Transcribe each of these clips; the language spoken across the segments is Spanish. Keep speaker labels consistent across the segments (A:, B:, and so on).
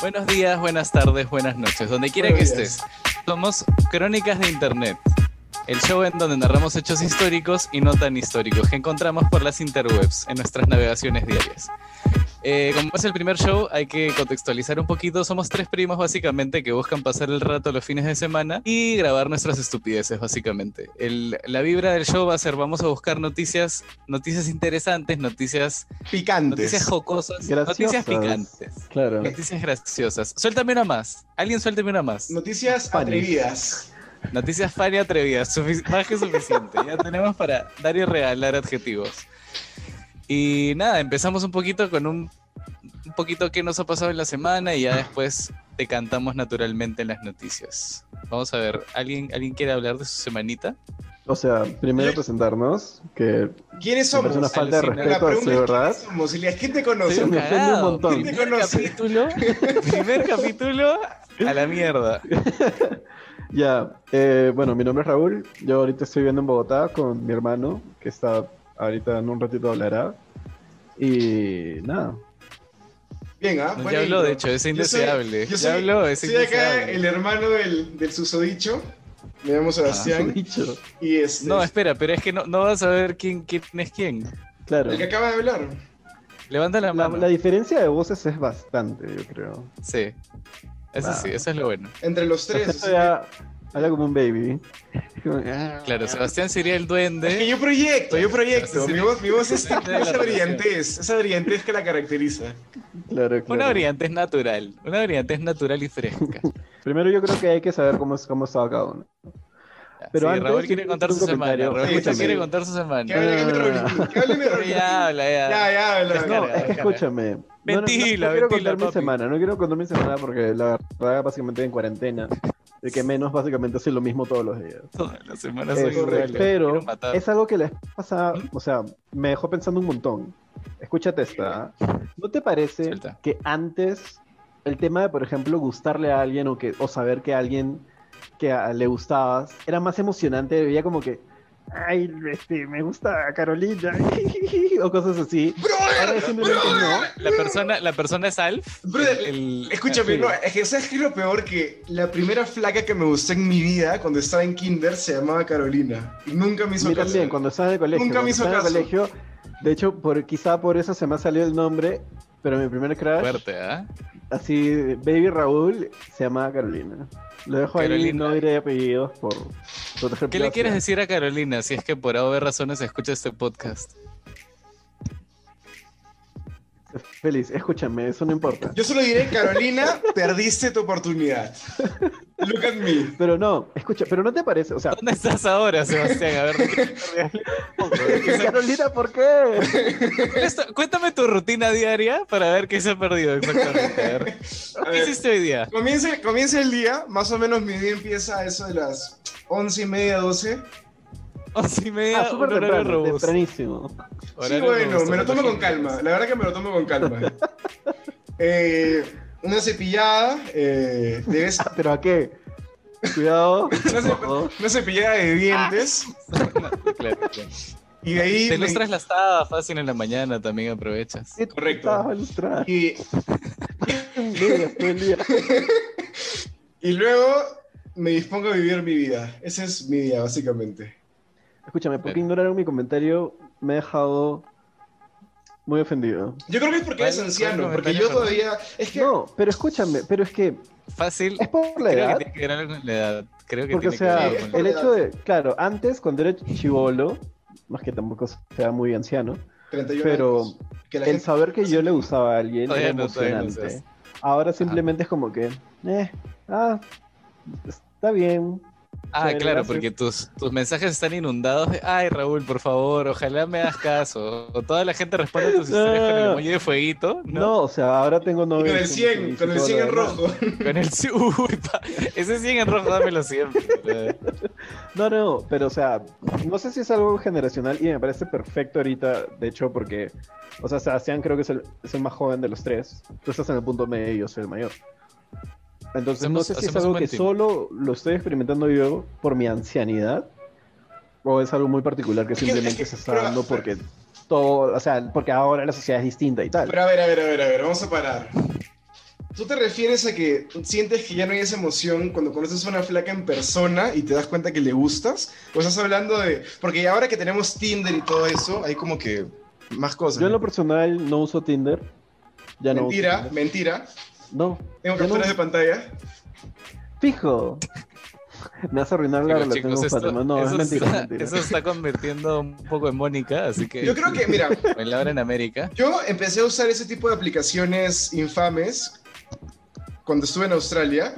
A: Buenos días, buenas tardes, buenas noches, donde quiera que
B: Buenos
A: estés. Somos Crónicas de Internet, el show en donde narramos hechos históricos y no tan históricos que encontramos por las interwebs en nuestras navegaciones diarias. Eh, como es el primer show, hay que contextualizar un poquito. Somos tres primos, básicamente, que buscan pasar el rato los fines de semana y grabar nuestras estupideces, básicamente. El- la vibra del show va a ser: vamos a buscar noticias, noticias interesantes, noticias,
B: Picantes.
A: noticias jocosas, noticias
C: Graciosas.
A: picantes.
C: Claro.
A: Noticias graciosas. Suéltame una más. Alguien suélteme una más.
B: Noticias
C: Funny.
B: atrevidas.
A: Noticias fan y atrevidas. Sufic- más que suficiente. Ya tenemos para dar y regalar adjetivos. Y nada, empezamos un poquito con un, un poquito qué nos ha pasado en la semana y ya después te cantamos naturalmente en las noticias. Vamos a ver, ¿alguien, ¿alguien quiere hablar de su semanita?
C: O sea, primero presentarnos, que
B: ¿Quiénes
C: me parece una
B: somos?
C: falta de
A: alucina.
B: La
C: respeto,
B: pregunta
C: sí,
B: es
C: ¿verdad?
B: ¿quiénes somos? Ilia, ¿Quién te conoce?
C: Sí, me ofende un
A: Cagado.
C: montón.
A: Primer
B: Conoce.
A: capítulo, primer capítulo a la mierda.
C: Ya, eh, bueno, mi nombre es Raúl, yo ahorita estoy viviendo en Bogotá con mi hermano, que está ahorita en un ratito hablará. Y nada,
B: Bien, ¿ah?
A: No,
B: Buena
A: ya habló,
B: intro.
A: de hecho, es
B: Yo soy-
A: indeseable.
B: Yo
A: Ya
B: soy,
A: habló, es
B: soy acá
A: indeseable. Ah,
B: el hermano del, del susodicho. Me llamo Sebastián.
C: dicho.
B: y este,
A: No, espera, pero es que no, no vas a ver quién, quién es quién.
C: Claro,
B: el que acaba de hablar.
A: Levanta la
C: la,
A: mano.
C: la diferencia de voces es bastante, yo creo.
A: Sí. Eso
C: Va.
A: sí, eso es lo bueno.
B: Entre los tres.
C: Perfecto,
B: así
C: ya habla como un baby. Como, ah,
A: Claro, Sebastián sería el
B: que- Es que
A: duende.
B: yo proyecto, yo proyecto.
A: Sí, sí.
B: Mi voz, mi voz es
A: Dentro de la
B: esa brillantez, esa brillantez que la caracteriza.
C: claro,
A: Una
C: claro.
A: brillantez natural. Una brillantez natural y fresca.
C: Primero yo creo que hay que saber cómo, es- cómo está cada uno. Pero
A: sí,
C: antes,
A: Raúl quiere contar
C: un
A: su semana.
C: comentario.
A: Raúl
B: Sí,
A: Cucha
B: sí, sí.
A: quiere contar su
B: Que
A: semana.
C: No,
B: hable
C: no,
B: mi
C: no, no.
B: Raúl. Que hable mi Raúl.
A: Ah. Ya habla, ya.
B: Ya, ya habla.
C: No,
A: Descarga,
C: es que
A: descarga.
C: escúchame. No, No, no, no
A: Ventila, ventila,
C: quiero contar mi
A: papi.
C: semana, no quiero contar mi semana porque la verdad básicamente en cuarentena. El que menos básicamente hace lo mismo todos los días.
A: Todas las semanas
C: Eh,
A: soy igual.
C: pero
A: Quiero matar. ¿Mm?
C: es algo que les pasa, o sea, me dejó pensando un montón. Escúchate esta. ¿ah? ¿No te parece
A: Suelta.
C: que antes el tema de, por ejemplo, gustarle a alguien o, que, o saber que a alguien que a- le gustabas era más emocionante? Veía como que, ay, este, me gusta Carolina, o cosas así. Ahora simplemente no.
A: La persona, la persona es Alf.
B: Brother,
A: el-
B: Escúchame,
C: Sí.
B: no, es que sabes que lo peor que la primera flaca que me gustó en mi vida cuando estaba en kinder se llamaba Carolina. Y nunca me hizo
C: Yo
B: caso.
C: también, cuando estaba en el colegio.
B: Nunca me
C: cuando
B: hizo
C: estaba en el
B: caso.
C: colegio, de hecho, por, quizá por eso se me ha salido el nombre, pero mi primer crush,
A: Fuerte, ¿ah?
C: así, Baby Raúl, se llamaba Carolina. Lo dejo ahí,
A: Carolina.
C: no diré apellidos por proteger
A: ¿Qué le
C: privacidad.
A: quieres decir a Carolina si es que por haber razones escucha este podcast?
C: Feliz, escúchame, eso no importa.
B: Yo solo diré, Carolina, perdiste tu oportunidad. Look at me.
C: Pero no, escucha, pero no te parece, o sea,
A: ¿Dónde estás ahora, Sebastián? A ver,
C: Carolina, ¿por qué?
A: Esto- cuéntame tu rutina diaria para ver qué se ha perdido exactamente. A ver,
B: A
A: ¿Qué
B: ver,
A: hiciste hoy día?
B: comienza, comienza el día, más o menos mi día empieza a eso de las once y media, doce.
A: Once y media,
C: Ah,
A: un
C: súper
A: horario
C: temprano,
A: robusto.
C: tempranísimo.
B: Sí,
A: Horario
B: bueno,
A: robusto
B: me
A: para
B: lo tomo
A: la
B: con
A: gente.
B: calma. La verdad que me lo tomo con calma. Eh, una cepillada, eh, de vez-
C: Ah, ¿Pero a qué? Cuidado.
B: una cep-
C: ojo.
B: una cepillada de dientes.
A: No, claro, claro.
B: Y de ahí.
A: Te
B: me-
A: lustras las tabas fácil en la mañana, también aprovechas.
C: Sí,
B: Correcto.
C: Estaba ilustrada.
B: y
C: Todo el día.
B: Y luego me dispongo a vivir mi vida. Ese es mi día, básicamente.
C: Escúchame, porque
A: Claro.
C: ignoraron mi comentario, me ha dejado muy ofendido.
B: Yo creo que es porque
A: ¿Cuál-
B: eres
A: cuál
B: anciano, porque
A: comentario,
B: yo
A: perdón?
B: todavía... Es que...
C: No, pero escúchame, pero es que
A: Fácil.
C: es por la
A: Creo
C: edad.
A: que tiene que ver algo con la edad. Creo que
C: Porque, o
A: tiene
C: sea,
A: que ver
B: Sí,
A: algo con
C: el
B: la
C: hecho de, claro, antes cuando era chivolo, más que tampoco sea muy anciano,
B: 31
C: pero
B: años. Que la
C: el
B: gente-
C: saber que yo le gustaba a alguien
A: Todavía
C: era
A: no, todavía no
C: emocionante.
A: seas.
C: Ahora simplemente es como que, eh, ah, está bien.
A: Ah,
C: Pero
A: claro,
C: gracias.
A: porque tus, tus mensajes están inundados de, ay, Raúl, por favor, ojalá me hagas caso. O toda la gente responde a tus
C: No,
A: historias con el
C: no, no.
A: emoji de fueguito,
C: No,
A: ¿no?
C: o sea, ahora tengo
B: y
C: novia.
B: Con el 100, con el 100 en rojo.
A: Con el, uy, pa, ese 100 en rojo, dámelo siempre.
C: No, no, pero o sea, no sé si es algo generacional y me parece perfecto ahorita, de hecho, porque, o sea, Sebastián creo que es el, es el más joven de los tres. Tú estás en el punto medio y yo soy el mayor. Entonces, no
A: Hacemos-
C: sé si es
A: hacemos un
C: algo
A: buen
C: que
A: team.
C: solo lo estoy experimentando yo por mi ancianidad o es algo muy particular que
B: Es que-
C: simplemente
B: es que-
C: se está
B: pero-
C: dando porque todo, o sea, porque ahora la sociedad es distinta y tal.
B: Pero a ver, a ver, a ver, a ver, vamos a parar. ¿Tú te refieres a que sientes que ya no hay esa emoción cuando conoces a una flaca en persona y te das cuenta que le gustas? ¿O estás hablando de...? Porque ahora que tenemos Tinder y todo eso, hay como que más cosas.
C: Yo en lo personal no uso Tinder. Ya no uso
B: mentira,
C: Tinder.
B: mentira.
C: No.
B: Tengo
C: ya no
B: capturas de
C: uso-
B: pantalla.
C: Fijo. Me vas a arruinar la
A: Chicos,
C: relación
A: chicos,
C: con
A: esto-
C: Fatima. No, es
A: eso,
C: mentira,
A: está,
C: es mentira.
A: eso está convirtiendo un poco en Mónica, así que...
B: Yo creo que, mira,
A: En la hora en América.
B: yo empecé a usar ese tipo de aplicaciones infames cuando estuve en Australia.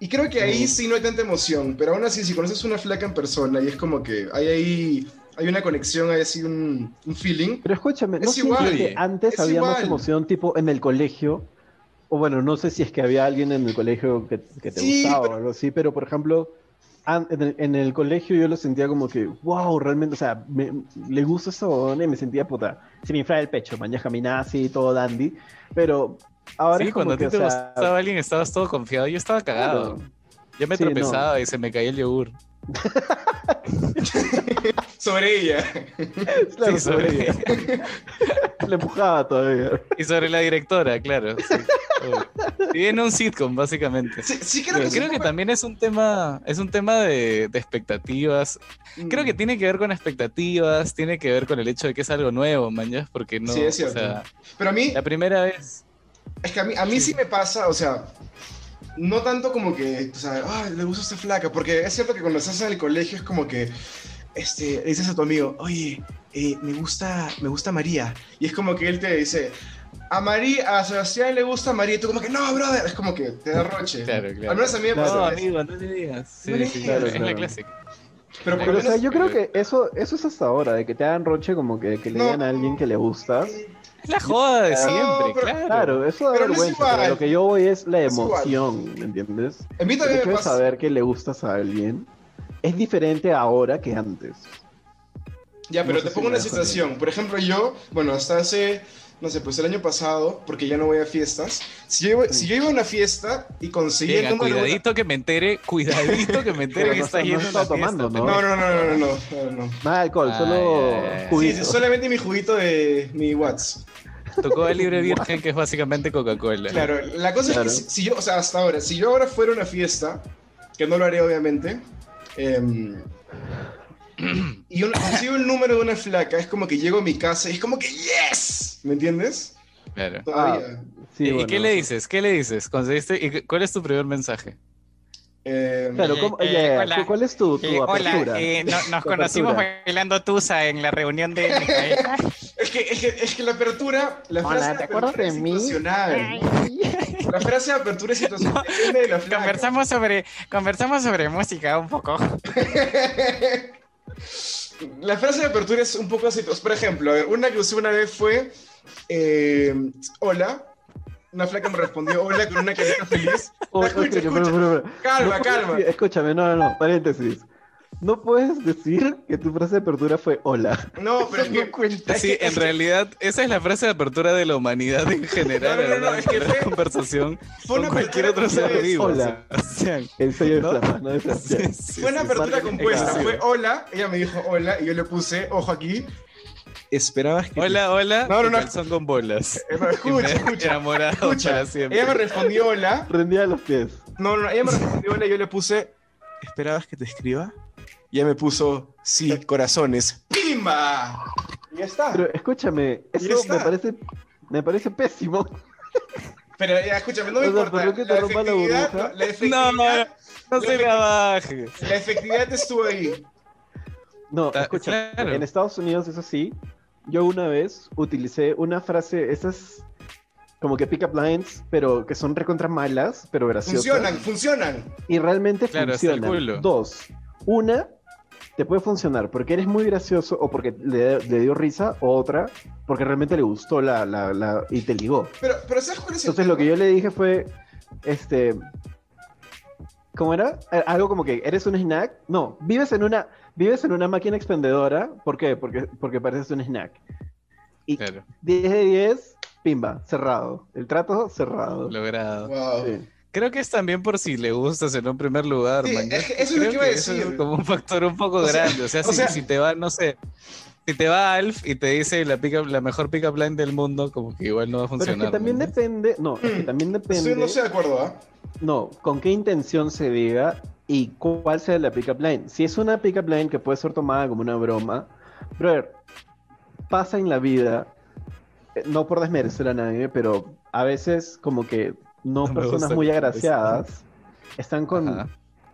B: Y creo que ahí
A: Mm.
B: sí no hay tanta emoción, pero aún así, si conoces una flaca en persona y es como que hay ahí, hay una conexión, hay así un, un feeling.
C: Pero escúchame, ¿no
B: Es
C: sientes
B: igual,
C: que antes
B: es
C: había más
B: igual.
C: emoción tipo en el colegio? O bueno, no sé si es que había alguien en el colegio que, que te
B: Sí,
C: gustaba
B: pero-
C: o algo así, pero por ejemplo, an- en el, en el colegio yo lo sentía como que, wow, realmente, o sea, me- le gusta esa bodona y me sentía puta. Se me inflaba el pecho, mañana caminaba así, todo dandy. Pero ahora
A: Sí,
C: es como
A: cuando a
C: que,
A: ti te
C: o sea,
A: gustaba alguien estabas todo confiado. Yo estaba cagado.
C: claro.
A: Yo me
C: Sí, no.
A: tropezaba y se me caía el yogur.
B: Sobre ella.
C: Claro,
A: Sí, sobre-
C: todavía. Le empujaba todavía.
A: y sobre la directora, claro. sí. Obvio. Y en un sitcom, básicamente.
B: Sí, sí creo
A: Creo,
B: que...
A: que también es un tema, es un tema de, de expectativas. Creo
C: Mm.
A: que tiene que ver con expectativas, tiene que ver con el hecho de que es algo nuevo, manjas, porque no.
B: Sí, es
A: o
B: cierto.
A: sea,
B: Mm. Pero a mí,
A: la primera vez.
B: Es que a mí, a mí sí me pasa, o sea, no tanto como que, o sea, ay, le gusta esta flaca, porque es cierto que cuando estás en el colegio es como que, este, le dices a tu amigo, oye, eh, me gusta, me gusta María, y es como que él te dice, a María, a Sebastián le gusta María, y tú como que, no, brother, es como que te da roche.
A: Claro, claro.
B: Al menos a mí me
C: Claro.
A: No,
B: pasa.
A: amigo, no te digas. Sí,
B: No le
A: sí,
B: digas.
A: es la
C: Claro.
A: clásica.
B: pero por
C: Pero,
B: lo
C: o sea,
A: Algunos-
B: menos,
C: yo creo que eso, eso es hasta ahora, de que te hagan roche como que, que le
B: No.
C: digan a alguien que le gustas.
A: Es la joda de
B: No,
A: siempre,
B: pero-
A: claro.
C: Claro, eso da
B: Pero no es
C: vergüenza.
B: igual.
C: pero lo que yo voy es la
B: es igual.
C: emoción, ¿me entiendes?
B: a mí
C: El
B: también
C: hecho
B: me
C: de
B: pasa.
C: saber que le gustas a alguien es diferente ahora que antes.
B: Ya, pero
C: No sé
B: te
C: si
B: pongo
C: me
B: una
C: dejas bien.
B: situación. Por ejemplo, yo, bueno, hasta hace, no sé, pues el año pasado, porque ya no voy a fiestas. Si yo, iba- si yo iba a una fiesta y conseguí el
A: Llega,
B: número de una-
A: cuidadito que me entere, cuidadito que me entere
C: Pero
A: que
C: no
A: está
C: está- no
A: yendo
C: está
A: a una
C: tomando,
A: fiesta.
C: ¿no?
B: No, no, no, no, no, no, no.
C: Nada de alcohol,
A: Ah,
C: solo
A: ya, ya, ya.
B: Sí,
C: juguito.
B: sí, solamente mi juguito de mi Watts.
A: Tocó el libre virgen, que es básicamente Coca-Cola.
B: Claro, la cosa
C: Claro.
B: es que si, si yo, o sea, hasta ahora, si yo ahora fuera a una fiesta, que no lo haré obviamente, em, y un- consigo el número de una flaca, es como que llego a mi casa y es como que ¡Yes! ¿Me entiendes?
A: Claro.
B: Todavía.
C: Sí,
A: ¿Y
C: bueno.
A: qué le dices? ¿Qué le dices? ¿Conseguiste? ¿Y cu- cuál es tu primer mensaje?
B: Em,
C: Claro, ¿cómo-
D: Eh,
C: ya, ya, ya,
D: hola.
C: ¿cu- ¿cuál es tu, tu
D: Eh,
C: apertura?
D: hola, eh, no- nos
C: Tu
D: conocimos
C: apertura.
D: bailando Tusa en la reunión de Micaela.
B: Es que, es que, es que la apertura, la
C: Hola,
B: frase
C: ¿te
B: de
C: acuerdas
B: apertura
C: de
B: es
C: mí?
B: situacional. La frase de apertura es situacional. depende de la flaca.
D: conversamos sobre conversamos sobre música un poco.
B: La frase de apertura es un poco situacional. Por ejemplo, a ver, una que usé una vez fue, eh, hola. Una flaca me respondió hola con una carita feliz.
C: Oh,
B: Escucha,
C: escucha,
B: escucha.
C: pero, pero, pero.
B: Calma,
C: No eh, puedes
B: calma.
C: decir- escúchame, no, no, no, paréntesis. No puedes decir que tu frase de apertura fue hola.
B: No, pero es que...
A: Sí, en realidad, esa es la frase de apertura de la humanidad en general.
B: No, no, no,
A: ¿verdad?
B: no, es que
A: En la
B: fue-
A: conversación
B: Fue una
A: con cualquier otro
B: apertura
A: ser
B: que-
A: vivo.
C: Hola.
A: Sebastián.
C: El sello
A: ¿No?
C: de la mano de Sebastián.
A: Sí, sí,
B: Fue una
A: sí.
B: apertura
C: Marketing
B: compuesta. Fue
C: exclusivo.
B: hola, ella me dijo hola y yo le puse, ojo aquí. Esperabas que...
A: Hola, hola.
B: No, no, no.
A: y calzón con bolas.
B: Eh, no,
A: Y me
B: escucha,
A: he
B: escucha.
A: enamorado para
B: Escucha.
A: siempre.
B: Ella me respondió hola.
C: Rendía los pies.
B: No, no, ella me respondió hola y yo le puse, ¿esperabas que te escriba? Y ella me puso, sí, corazones. ¡Pimba! Y ya está. Pero,
C: Pero escúchame,
B: Ya
C: eso
B: está.
C: me parece, me parece pésimo.
B: ya, escúchame, no me
C: O sea,
B: importa.
C: ¿por qué te
B: La
C: rompa la
B: efectividad,
C: burbuja?
B: la
A: No,
B: efectividad,
A: no, no se me abaje.
B: la efectividad estuvo ahí.
C: No,
A: Ta-
C: escucha,
A: Ah, claro.
C: en Estados Unidos eso sí, yo una vez utilicé una frase, esas como que pick-up lines, pero que son recontra malas, pero graciosas.
B: Funcionan, funcionan.
C: Y realmente
A: Claro, hasta el
C: funcionan.
A: culo.
C: Dos, una te puede funcionar porque eres muy gracioso o porque le, le dio risa, o otra porque realmente le gustó la, la, la- y te ligó.
B: Pero, pero ¿sabes cuál es el
C: Entonces lo que
B: tema?
C: yo le dije fue, este, ¿cómo era? Eh, Algo como que eres un snack. No, vives en una, vives en una máquina expendedora. ¿Por qué? Porque, porque pareces un snack. Y
A: Claro,
C: 10 de 10, pimba, cerrado. El trato cerrado.
A: logrado.
B: Wow.
C: Sí.
A: Creo que es también por si le gustas en un primer lugar,
B: Sí,
A: man.
B: es que eso es lo
A: Creo
B: que iba a
A: eso
B: decir.
A: es como un factor un poco
B: O sea,
A: grande. O sea,
B: o
A: si,
B: sea-
A: si te va, no sé, si te va Alf y te dice la, pick up- la mejor pick-up line del mundo, como que igual no va a
C: Pero
A: funcionar.
C: es que también
A: ¿no?
C: depende, no, es que también depende,
B: Estoy no estoy de acuerdo, ¿ah?
C: no, con qué intención se diga y cuál sea la pick-up line. Si es una pick-up line que puede ser tomada como una broma, brother, pasa en la vida, eh, no por desmerecer a nadie, pero a veces como que
A: No
C: no,
A: me
C: personas
A: gusta
C: muy
A: cómo
C: agraciadas están con
A: Ajá.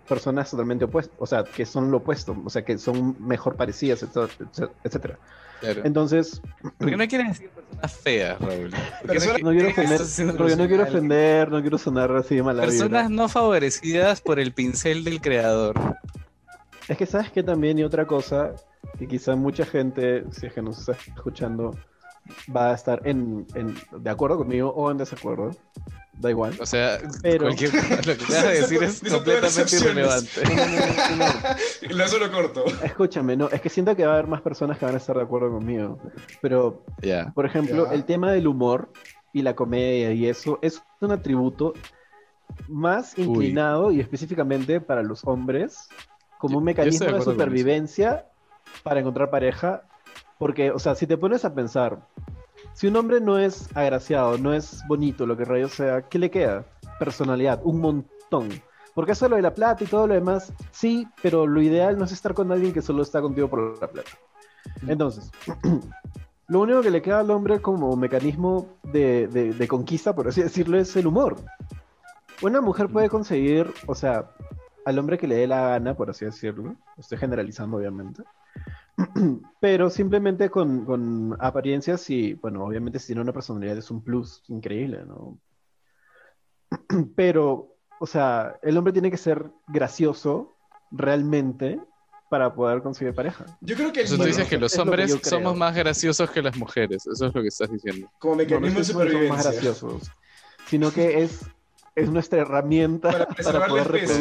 C: personas totalmente opuestas, o sea, que son lo opuesto, o sea, que son mejor parecidas, etcétera, etcétera, etcétera.
A: Claro.
C: Entonces,
A: Porque no quieres decir personas feas, Raúl. Porque
B: Personas-
A: quieres
C: no quiero
A: que
C: ofender,
A: estás haciendo
C: porque no
A: alusión
C: quiero
A: a alguien.
C: ofender, no quiero sonar así de mala
A: Personas
C: vibra.
A: no favorecidas por el pincel del creador.
C: Es que sabes que también y otra cosa que quizá mucha gente, si es que nos está escuchando, va a estar en, en- de acuerdo conmigo o en desacuerdo, da igual.
A: O sea,
C: Pero-
A: cualquier lo que acabas de decir es
B: Dice todas las
A: completamente
B: opciones.
A: irrelevante.
B: Lo solo corto.
C: Escúchame, no, es que siento que va a haber más personas que van a estar de acuerdo conmigo, pero
A: Ya.
C: Por ejemplo,
B: Ya.
C: el tema del humor y la comedia y eso es un atributo más
A: Uy.
C: inclinado y específicamente para los hombres como
A: Yo-
C: un
A: yo estoy de
C: mecanismo de
A: acuerdo con eso.
C: supervivencia para encontrar pareja. Porque, o sea, si te pones a pensar, si un hombre no es agraciado, no es bonito, lo que rayo sea, ¿qué le queda? Personalidad, un montón. Porque eso lo de la plata y todo lo demás, sí, pero lo ideal no es estar con alguien que solo está contigo por la plata. Entonces, lo único que le queda al hombre como mecanismo de, de- de conquista, por así decirlo, es el humor. Una mujer puede conseguir, o sea, al hombre que le dé la gana, por así decirlo. Estoy generalizando, obviamente. Pero simplemente con, con apariencias y, bueno, obviamente si tiene una personalidad es un plus increíble, ¿no? Pero, o sea, el hombre tiene que ser gracioso realmente para poder conseguir pareja.
B: Yo creo que el
A: Entonces tú
B: humor,
A: dices que los
C: es lo que
A: hombres
C: yo creo.
A: somos más graciosos que las mujeres. Eso es lo que estás diciendo.
B: como
C: No, no es
B: mecanismo de
C: que son- son más
B: supervivencia.
C: graciosos, sino que es, es nuestra herramienta
B: Para
C: para,
B: preservar la
C: poder
B: especie.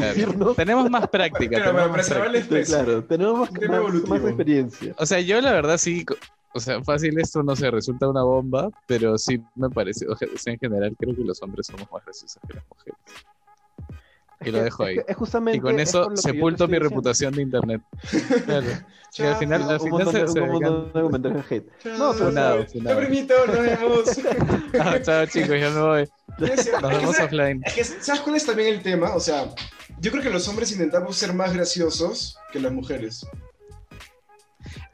C: reproducirnos.
A: Tenemos más práctica.
B: Pero para
A: tenemos más
B: preservar la
A: práctica.
B: especie.
C: Claro, tenemos
B: Un tema
C: más,
B: evolutivo.
C: más experiencia.
A: O sea, yo la verdad sí, co- o sea, fácil esto no se resulta una bomba, pero sí me parece, o sea, en general creo que los hombres somos más graciosos que las mujeres. Y lo
C: Es que-
A: dejo
C: es
A: ahí.
C: que- es justamente
A: Y con
C: es
A: eso
C: por lo que yo te
A: sepulto mi
C: estoy diciendo.
A: reputación de internet. Claro. Y al final,
B: Chao.
A: al
C: Un
A: final
C: montón de-
A: se, se
C: un montón de
A: decan-
C: comentarios de hate.
B: Chao.
C: No, pero
A: nada,
B: Te
A: nada.
B: primito, nos vemos.
A: Ah, chao chicos, ya me voy. Nos vemos offline.
B: Es que, ¿Sabes cuál es también el tema? O sea, yo creo que los hombres intentamos ser más graciosos que las mujeres.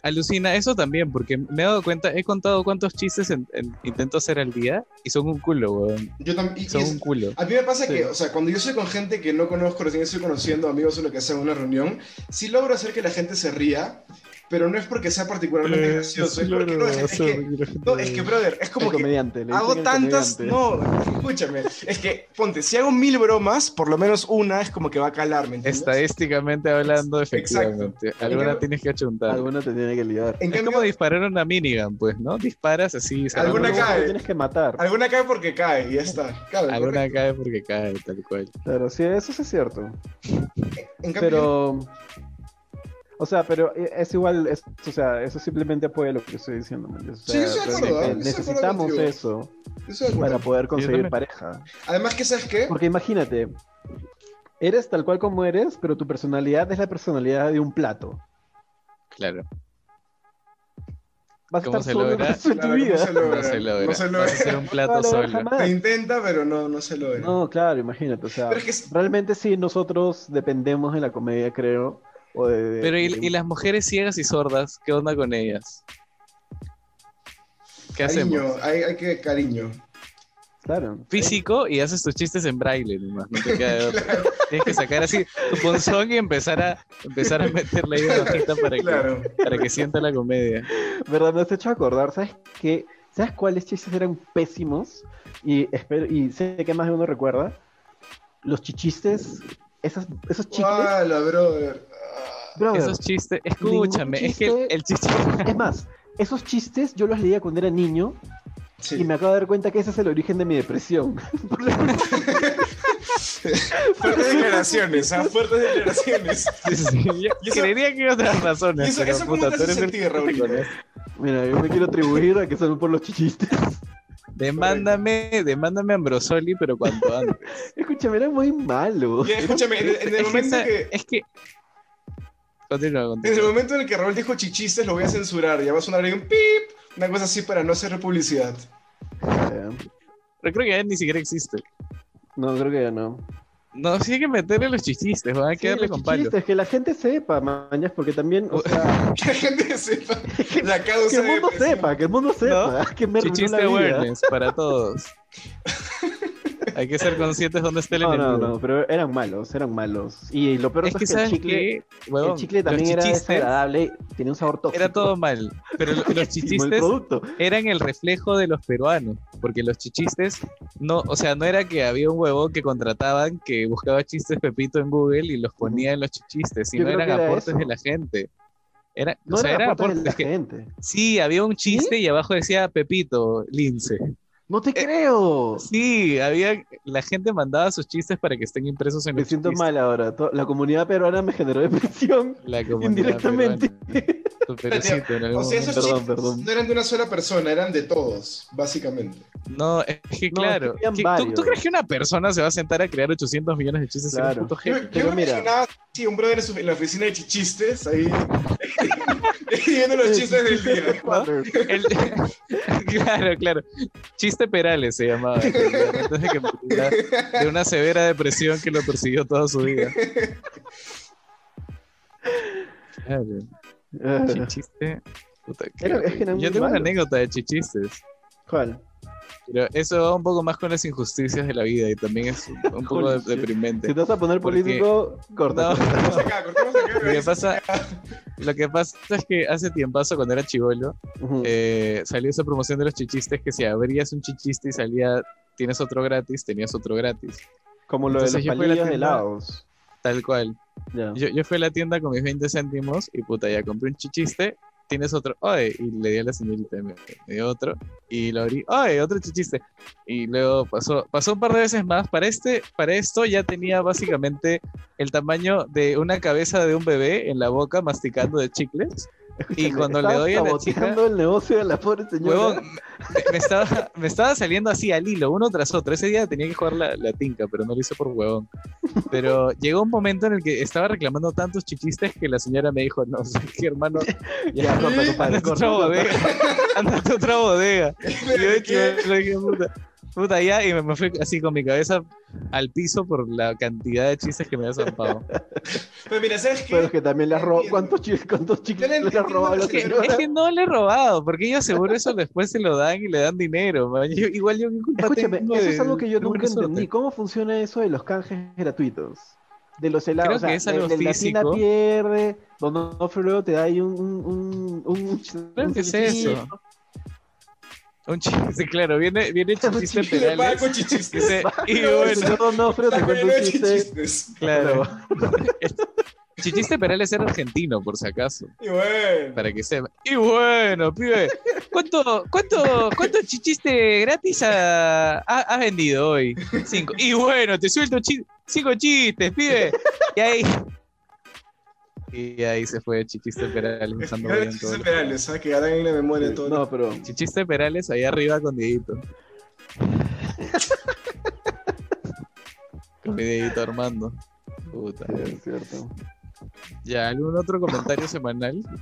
A: Alucina, eso también, porque me he dado cuenta, he contado cuántos chistes en- en- intento hacer al día y son un culo, weón.
B: Yo también.
A: Son un culo.
B: A mí me pasa
C: Sí.
B: que, o sea, cuando yo soy con gente que no conozco, recién estoy conociendo, amigos o lo que sea, en una reunión, sí logro hacer que la gente se ría, pero no es porque sea particularmente
A: Eh,
B: gracioso. Es, porque, no, es- es que, no, es que, brother, es como
C: El
B: que
C: comediante, le
B: hago
C: dicen el
B: tantas.
C: comediante.
B: No, escúchame. Es que, ponte, si hago mil bromas, por lo menos una es como que va a calarme. ¿entiendes?
A: Estadísticamente hablando,
B: Exacto.
A: efectivamente. Alguna
B: cambio-
A: tienes que achuntar.
C: Alguna te tiene que liar.
B: En
A: Es
B: cambio,
A: como disparar una minigun, pues, ¿no? Disparas así. se
B: Alguna
A: arma.
C: Alguna
B: cae.
C: te Tienes que matar.
B: alguna cae porque cae y ya está. Cabe,
A: Alguna
B: correcto.
A: cae porque cae, tal cual.
C: Claro, sí, eso sí es cierto.
B: En cambio,
C: Pero. O sea, pero eh, es igual, es- o sea, eso simplemente apoya lo que estoy diciendo. man. O
B: Sí, yo estoy de acuerdo,
C: realmente
B: ¿eh? Yo estoy de acuerdo
C: necesitamos
B: contigo.
C: eso
B: yo soy de acuerdo.
C: para poder conseguir
A: también.
C: pareja.
B: Además, que sabes qué?
C: Porque imagínate, eres tal cual como eres, pero tu personalidad es la personalidad de un plato.
A: Claro.
C: Vas a
A: ¿Cómo
C: estar
A: se
C: solo el
A: logra?
C: resto de tu
B: Claro, no se
C: vida.
B: logra,
A: No se logra.
B: No se
A: Vas a
B: logra.
A: hacer un
C: No
A: plato
C: lo logras
A: solo.
B: Te
C: jamás.
B: intenta, pero no, no se logra.
C: No, claro, imagínate, o sea,
B: Pero es que es-
C: realmente sí, nosotros dependemos de la comedia, creo. O de, de-
A: Pero ¿y,
C: de-
A: y las mujeres ciegas y sordas? ¿Qué onda con ellas? ¿Qué hacemos?
B: Cariño, hay, hay que cariño.
C: Claro.
A: Físico y haces tus chistes en braille nomás. No te queda de otra. Tienes que sacar así tu ponzón y empezar a, empezar a meterle ahí una hojita para que,
B: Claro.
A: para que sienta la comedia.
C: ¿Verdad? Me has hecho acordar, ¿sabes qué? ¿Sabes cuáles chistes eran pésimos? Y espero, y sé que más de uno recuerda. Los chichistes, esas, esos chistes.
B: Hola, brother. Ah,
C: brother,
A: Esos chistes, escúchame, es que el,
C: chiste-
A: el chiste...
C: Es más, esos chistes yo los leía cuando era niño
B: Sí.
C: y me acabo de dar cuenta que ese es el origen de mi depresión.
B: Fuertes declaraciones, ¿ah? Fuertes declaraciones.
A: Sí, sí, yo
B: ¿Y eso-
A: creería que hay otras razones.
B: ¿Y eso-
A: pero,
B: eso cómo
A: puta,
B: te
A: tú
B: hace
A: eres el
B: sentir,
A: que te
B: Raúl?
A: conoce.
C: Mira, yo me quiero atribuir a que son por los chichistes.
A: Demándame, demándame a Ambrosoli, pero cuanto antes.
C: Escúchame, eran muy malos.
B: Ya, escúchame, en, en
A: es,
B: el
A: que
B: momento
A: esa-
B: que.
A: es que Continúa,
B: En el
A: continúa.
B: momento en el que Raúl dijo chichistes, lo voy a censurar. Ya va a sonar ahí un pip, una cosa así para no hacer publicidad.
C: Eh,
A: Pero creo que ya ni siquiera existe.
C: no, creo que ya no.
A: No, sí hay que meterle los chichistes, van a
C: Sí,
A: quedarle
C: los
A: con palo.
C: chistes, que la gente sepa, mañas, porque también, o sea,
B: Que la gente sepa la
C: que
B: causa
C: el mundo
A: pues.
B: depresión.
C: sepa, que el mundo sepa, que me arruinó
A: Chichiste
C: la vida.
A: awareness para todos. Hay que ser conscientes dónde está el
C: No,
A: enemigo.
C: no, no, pero eran malos, eran malos. Y lo peor
A: Es que,
C: es que el
A: ¿sabes
C: chicle,
A: qué? Huevón,
C: el chicle
A: los
C: también era
A: chichistes
C: desagradable, tenía un sabor tóxico.
A: Era todo mal. Pero lo- los
C: Pésimo el
A: chichistes
C: producto.
A: eran el reflejo de los peruanos. Porque los chichistes, no, o sea, no era que había un huevón que contrataban que buscaba chistes Pepito en Google y los ponía en los chichistes,
C: Yo
A: sino
C: creo
A: eran
C: que era
A: aportes
C: eso.
A: de la gente. Era,
C: No
A: o sea,
C: eran
A: eran
C: aportes de
A: aportes
C: la
A: que-
C: gente.
A: Sí, había un chiste y abajo decía Pepito, lince.
C: No te creo.
A: Eh, Sí, había la gente mandaba sus chistes para que estén impresos en
C: Me
A: los
C: siento
A: chistes.
C: mal ahora. to- La comunidad peruana me generó depresión
A: La comunidad
C: indirectamente.
A: peruana. Tu perecito en algún
B: O sea, esos
A: momento.
B: chistes
C: Perdón, perdón.
B: no eran de una sola persona, eran de todos, básicamente.
A: No, es que
C: No,
A: claro.
C: es que habían
A: ¿qué- ¿tú,
C: varios.
A: tú crees que una persona se va a sentar a crear 800 millones de chistes en
C: Claro.
A: un puto
B: Yo,
A: gen?
B: yo
C: Pero
B: me
C: mira.
B: imaginaba sí, un brother en, su- en la oficina de chichistes, ahí viendo
C: Eh,
B: los chistes del día.
A: El- claro, claro. Chiste Perales se llamaba. Antes de, que muriera de una severa depresión que lo persiguió toda su vida. Claro.
C: Ah,
A: Chichiste. Puta,
C: Era- es que eran
A: yo
C: muy
A: tengo una
C: malos.
A: anécdota de chichistes.
C: ¿Cuál?
A: Pero eso va un poco más con las injusticias de la vida y también es un- un poco
C: Holy
A: de-
C: shit. Si
A: deprimente.
C: te vas a poner
A: Porque-
C: político, corta.
A: No,
B: Cortamos acá, cortamos acá.
A: lo que pasa, lo que pasa es que hace tiempazo cuando era chivolo
C: Ujú.
A: eh, salió esa promoción de los chichistes que si abrías un chichiste y salía tienes otro gratis, tenías otro gratis,
C: Como lo de los
A: entonces yo fui a la
C: palillos de
A: tienda.
C: helados.
A: tal cual.
C: Ya.
A: Yo, yo fui a la tienda con mis 20 céntimos y puta ya compré un chichiste, tienes otro, oye, y le di a la señorita, y me, me dio otro y lo abrí, oye, otro chichiste. Y luego pasó, pasó un par de veces más. Para este, para esto ya tenía básicamente el tamaño de una cabeza de un bebé en la boca masticando de chicles. Y
C: Escúchame,
A: cuando le
C: estabas
A: doy a la chica,
C: saboteando el negocio de la pobre señora.
A: huevón, me, me estaba, me estaba saliendo así al hilo, uno tras otro. Ese día tenía que jugar la, la tinca, pero no lo hice por huevón. Pero llegó un momento en el que estaba reclamando tantos chichistes que la señora me dijo, no sé qué hermano,
C: Ya, corta,
A: Andate
C: compadre,
A: a
C: corta,
A: otra
C: corta.
A: bodega. Andate a otra bodega. Y yo
B: ¿Qué?
A: dije, yo dije, puta, puta ya, y me, me fui así con mi cabeza al piso por la cantidad de chistes que me había zampado.
B: Pero mira, ¿sabes
C: Pero es
B: qué?
C: que también le has robado.
B: Entiendo.
C: ¿Cuántos, chi- cuántos
B: Yo
C: chicles
B: le
C: le has
B: entiendo
C: robado a
B: la
C: la
B: señora.
C: señora?
A: Es que no le he robado, porque ellos seguro eso después se lo dan y le dan dinero. man. Yo- igual yo qué culpa
C: Escúchame,
A: tengo
C: eso
A: de-
C: es algo que
A: de
C: yo nunca
A: buena suerte?
C: entendí. ¿Cómo funciona eso de los canjes gratuitos? De los helados.
A: Creo
C: o sea,
A: que es algo
C: el de la tienda
A: físico.
C: pierde, Don Onofre luego te da ahí un. un, un, un
A: Creo
C: un
A: que es
C: chiquitito.
A: eso. Un chiste, claro, viene, viene chiste
B: Y le pago
A: Perales.
B: con chichistes.
A: dice, y
C: El
A: bueno,
C: señor Don Onofre te
B: Pago
C: cuenta un
B: con
C: chiste.
B: chichistes.
A: claro.
C: pero-
A: Chichiste Perales era argentino, por si acaso.
B: Y bueno.
A: Para que sepa. Y bueno, pibe, ¿cuánto, cuánto, cuánto chichiste gratis ha- ha- has vendido hoy? Cinco. Y bueno, te suelto chi- cinco chistes, pibe. Y ahí. Y ahí se fue Chichiste Perales.
B: Es
A: usando
B: que
A: bien todo.
B: chistes penales, ¿sabes? Que harán en la memoria todo.
C: No, pero.
A: Chichiste Perales ahí arriba con Dieguito. con mi Dieguito Armando. Puta.
C: Sí, es cierto.
A: Ya, ¿algún otro comentario semanal?
B: Yo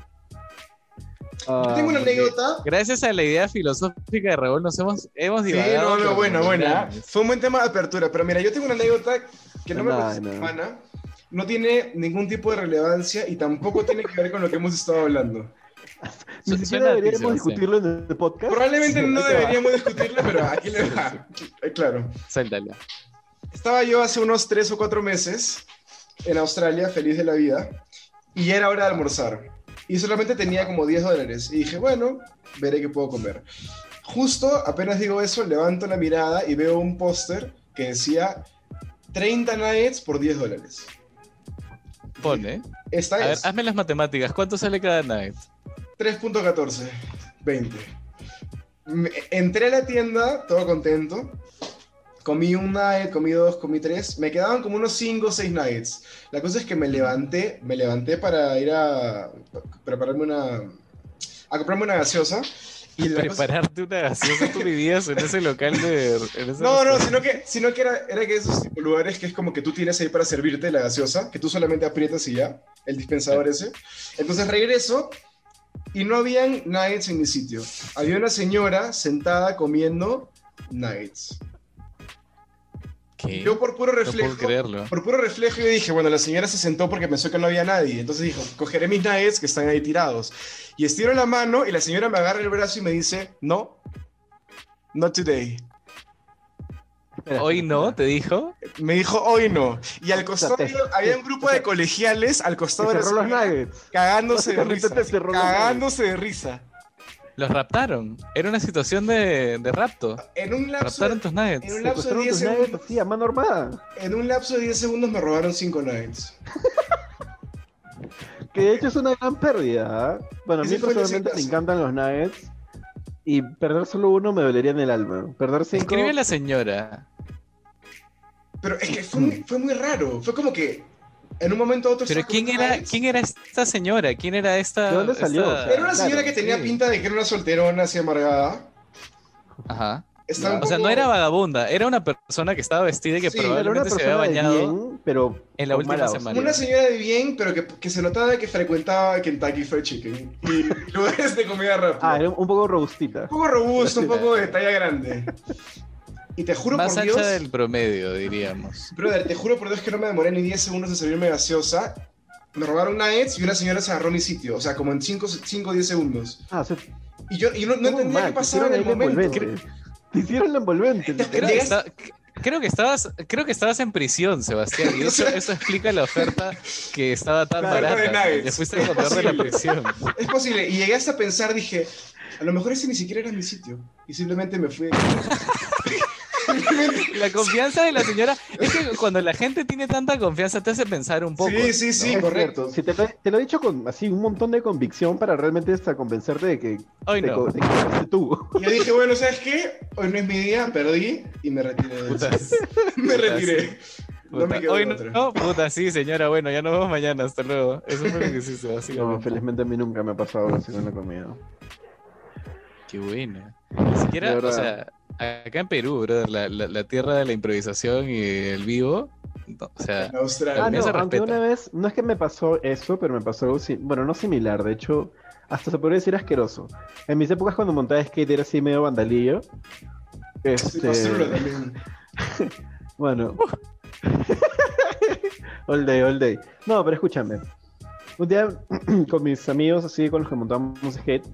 C: Ah,
B: tengo una
A: porque-
B: anécdota.
A: Gracias a la idea filosófica de Raúl nos hemos, hemos
B: Sí,
A: divagado.
B: no, no,
A: pero
B: buena,
A: como
B: buena.
A: grandes.
B: Fue un buen tema de apertura, pero mira, yo tengo una anécdota que no me
C: Nah,
B: contestó
C: nah.
B: mi pana. No tiene ningún tipo de relevancia y tampoco tiene que ver con lo que hemos estado hablando.
A: Su-
C: Ni siquiera
A: suena a ti,
C: deberíamos
A: Sebastián.
C: discutirlo en el podcast.
B: Probablemente
C: Sí,
B: no
C: ahí te va.
B: deberíamos discutirla, pero aquí le va. Eh, Claro.
A: Suéltala.
B: Estaba yo hace unos tres o cuatro meses en Australia, feliz de la vida, y ya era hora de almorzar. Y solamente tenía como 10 dólares. Y dije, bueno, veré qué puedo comer. Justo, apenas digo eso, levanto la mirada y veo un póster que decía 30 nuggets por 10 dólares.
A: Pone. A
B: Esta
A: ver,
B: es
A: hazme las matemáticas. ¿Cuánto sale cada night?
B: 3.14, 20. Me- Entré a la tienda, todo contento. Comí un nugget, comí dos, comí tres. Me quedaban como unos 5 o 6 nuggets. La cosa es que me levanté, me levanté para ir a prepararme una. a comprarme una gaseosa. Y la cosa-
A: Prepararte una gaseosa, tú vivías en ese local de... en ese
B: No, no,
A: restaurante.
B: sino que, sino que era, era que esos tipo lugares que es como que tú tienes ahí para servirte la gaseosa, que tú solamente aprietas y ya, el dispensador ese. Entonces regreso y no habían nuggets en mi sitio. Había una señora sentada comiendo nuggets.
A: ¿Qué?
B: Yo por puro
A: No
B: reflejo,
A: puedo creerlo.
B: por puro reflejo yo dije, bueno, la señora se sentó porque pensó que no había nadie. Entonces dijo, cogeré mis nuggets que están ahí tirados. Y estiro la mano y la señora me agarra el brazo y me dice, no, not today.
C: Espera,
A: Hoy
C: espera,
A: no,
C: espera.
A: te dijo.
B: Me dijo hoy no. Y al costado
C: te-
B: había- había un grupo de colegiales al costado
C: Te
B: de la
C: cerró los
B: señora,
C: nuggets.
B: cagándose de
C: Básicamente
B: risa.
C: te cerró los
B: Cagándose de risa.
A: Los raptaron. Era una situación de, de rapto.
B: En un lapso,
A: Raptaron tus nuggets.
B: en un lapso de
C: Secuestraron
B: 10
C: tus nuggets
B: segundos,
C: así, a mano armada.
B: en un lapso de 10 segundos me robaron 5 nuggets.
C: Que de hecho es una gran pérdida. ¿ah? Bueno, a mí
B: Ese fue el
C: personalmente me
B: desenlace.
C: encantan los nuggets. Y perder solo uno me dolería en el alma. Perder cinco.
A: Escribe a la señora.
B: Pero es que fue
C: Mm.
B: muy, fue muy raro. Fue como que en un momento a otro.
A: Pero
B: estaba
A: ¿quién
B: comiendo
A: era,
B: nuggets.
A: quién era esta señora? ¿Quién era esta?
C: ¿De dónde
A: esta-
C: salió? O sea,
B: Era una señora
C: Claro,
B: que tenía
A: sí.
B: pinta de que era una solterona así amargada.
A: Ajá.
B: Estaba un
A: O sea, no
B: poco-
A: era vagabunda, era una persona que estaba vestida y que
B: Sí, era una
C: Era una
A: probablemente se había
C: persona de
A: bañado.
C: bien, pero
A: en la
C: con
A: última
C: mala
A: semana.
B: Una señora de bien, pero que, que se notaba que frecuentaba Kentucky Fried Chicken y lugares de comida rápida.
C: Ah, era un poco robustita.
B: Un poco robusto, un poco de talla grande. Y te juro
A: Más
B: por
A: ancha
B: Dios,
A: del promedio, diríamos.
B: brother, te juro por Dios que no me demoré ni 10 segundos de servirme gaseosa. Me robaron nuggets y una señora se agarró mi sitio, o sea, como en 5 o 10 segundos.
C: Ah, o sea,
B: Y yo, y no, no
C: estuvo
B: entendía
C: mal,
B: qué
C: te
B: pasaba en el
C: hicieron ahí la
B: momento.
C: envolvente. Te hicieron la envolvente.
A: Creo que,
C: literal.
B: Llegas-
A: esta- creo que estabas, creo que estabas en prisión, Sebastián, y eso, eso explica la oferta que estaba tan
C: Claro,
B: de
A: barata.
B: nuggets.
A: Te fuiste a comprar de la prisión.
B: Es posible, y llegué hasta a pensar, dije, a lo mejor ese ni siquiera era mi sitio. Y simplemente me fui. Simplemente-
A: La confianza de la señora es que cuando la gente tiene tanta confianza te hace pensar un poco.
B: Sí, sí, sí,
C: Es
B: correcto.
C: cierto. Si te, lo, te lo he dicho con así un montón de convicción para realmente hasta convencerte de que
A: Hoy
C: te,
A: no.
C: co- te equivocaste tú.
B: Y yo dije, bueno, ¿sabes qué? Hoy no es mi día, perdí y me retiré. de eso.
A: Putas.
B: me retiré. No
A: Puta,
B: me quedó
A: hoy
B: de
A: no,
B: otra.
A: no, puta, sí, señora, bueno, ya nos vemos mañana, hasta luego. Eso fue lo que hiciste,
C: No,
A: básicamente.
C: felizmente a mí nunca me ha pasado así con la comida.
A: Qué bueno. Ni siquiera,
C: De
A: o
C: verdad.
A: sea, acá en Perú, brother, la, la- la tierra de la improvisación y el vivo, no, o sea,
B: En Australia.
C: Ah,
A: Al
C: no,
A: menos se
C: aunque
A: respeta.
C: una vez, no es que me pasó eso, pero me pasó algo, si- bueno, no similar, de hecho, hasta se podría decir asqueroso. En mis épocas cuando montaba skate era así medio vandalillo.
B: Sí,
C: Este,
B: basura también.
C: bueno. all day, all day. No, pero escúchame. Un día con mis amigos, así con los que montamos skate,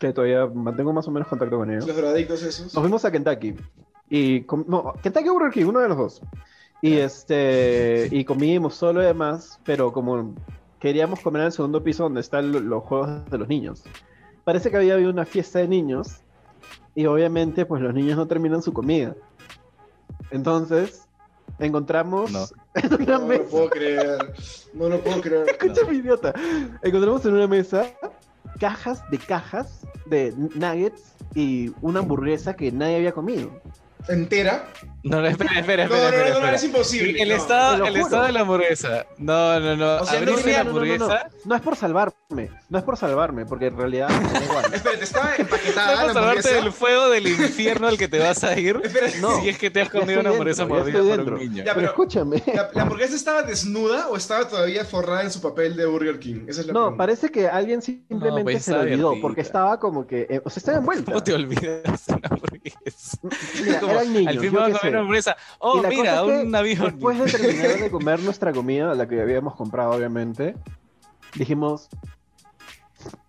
C: que todavía mantengo más o menos contacto con ellos.
B: Los drogadictos esos.
C: Nos fuimos a Kentucky. Y com- no, Kentucky o Burger King, uno de los dos. Y este y comimos solo y demás, pero como queríamos comer en el segundo piso donde están lo- los juegos de los niños. Parece que había habido una fiesta de niños y obviamente pues los niños no terminan su comida. Entonces, encontramos
A: No.
C: en una
B: No, no lo
C: mesa
B: puedo creer. No lo puedo creer.
C: Escúchame, idiota. Encontramos en una mesa cajas de cajas de nuggets y una hamburguesa que nadie había comido.
B: ¿Entera?
A: no, no, espera, espera, espera.
B: No, no, no,
A: espera,
B: no, no,
A: espera.
B: es imposible.
A: El
B: no.
A: estado,
C: te lo
A: el
C: juro.
A: estado de la hamburguesa. No, no, no.
B: O sea, no Ah,
A: Abriste
B: tenía-
A: la
C: no, no, no,
A: hamburguesa.
C: no. No es por salvarme, no es por salvarme, porque en realidad me da igual.
B: Espérate, estaba
A: No es
B: empaquetada
A: por
B: la
A: salvarte
B: hamburguesa.
A: del fuego del infierno al que te vas a ir.
B: Espérate,
C: No.
A: Si es que te has
C: Ya
A: comido
C: estoy
A: una hamburguesa
C: dentro, ya
A: mordida
C: estoy
A: por un
C: dentro.
A: niño.
B: Ya,
C: pero
B: pero-
C: escúchame.
B: ¿La, la hamburguesa estaba desnuda o estaba todavía forrada en su papel de Burger King? Esa es la
C: No,
B: pregunta.
C: parece que alguien simplemente
A: No, pues,
C: se lo
A: estaba
C: olvidó,
A: divertida.
C: porque estaba como que, eh, o sea, estaba envuelta.
A: ¿Cómo te olvidas de una hamburguesa?
C: Mira,
A: Como,
C: eran niños,
A: al fin
C: yo
A: me voy a
C: qué
A: comer
C: sé.
A: una hamburguesa.
C: Y
A: Oh,
C: la
A: mira,
C: cosa es que
A: un avión.
C: Después de terminar de comer nuestra comida, la que habíamos comprado, obviamente, dijimos,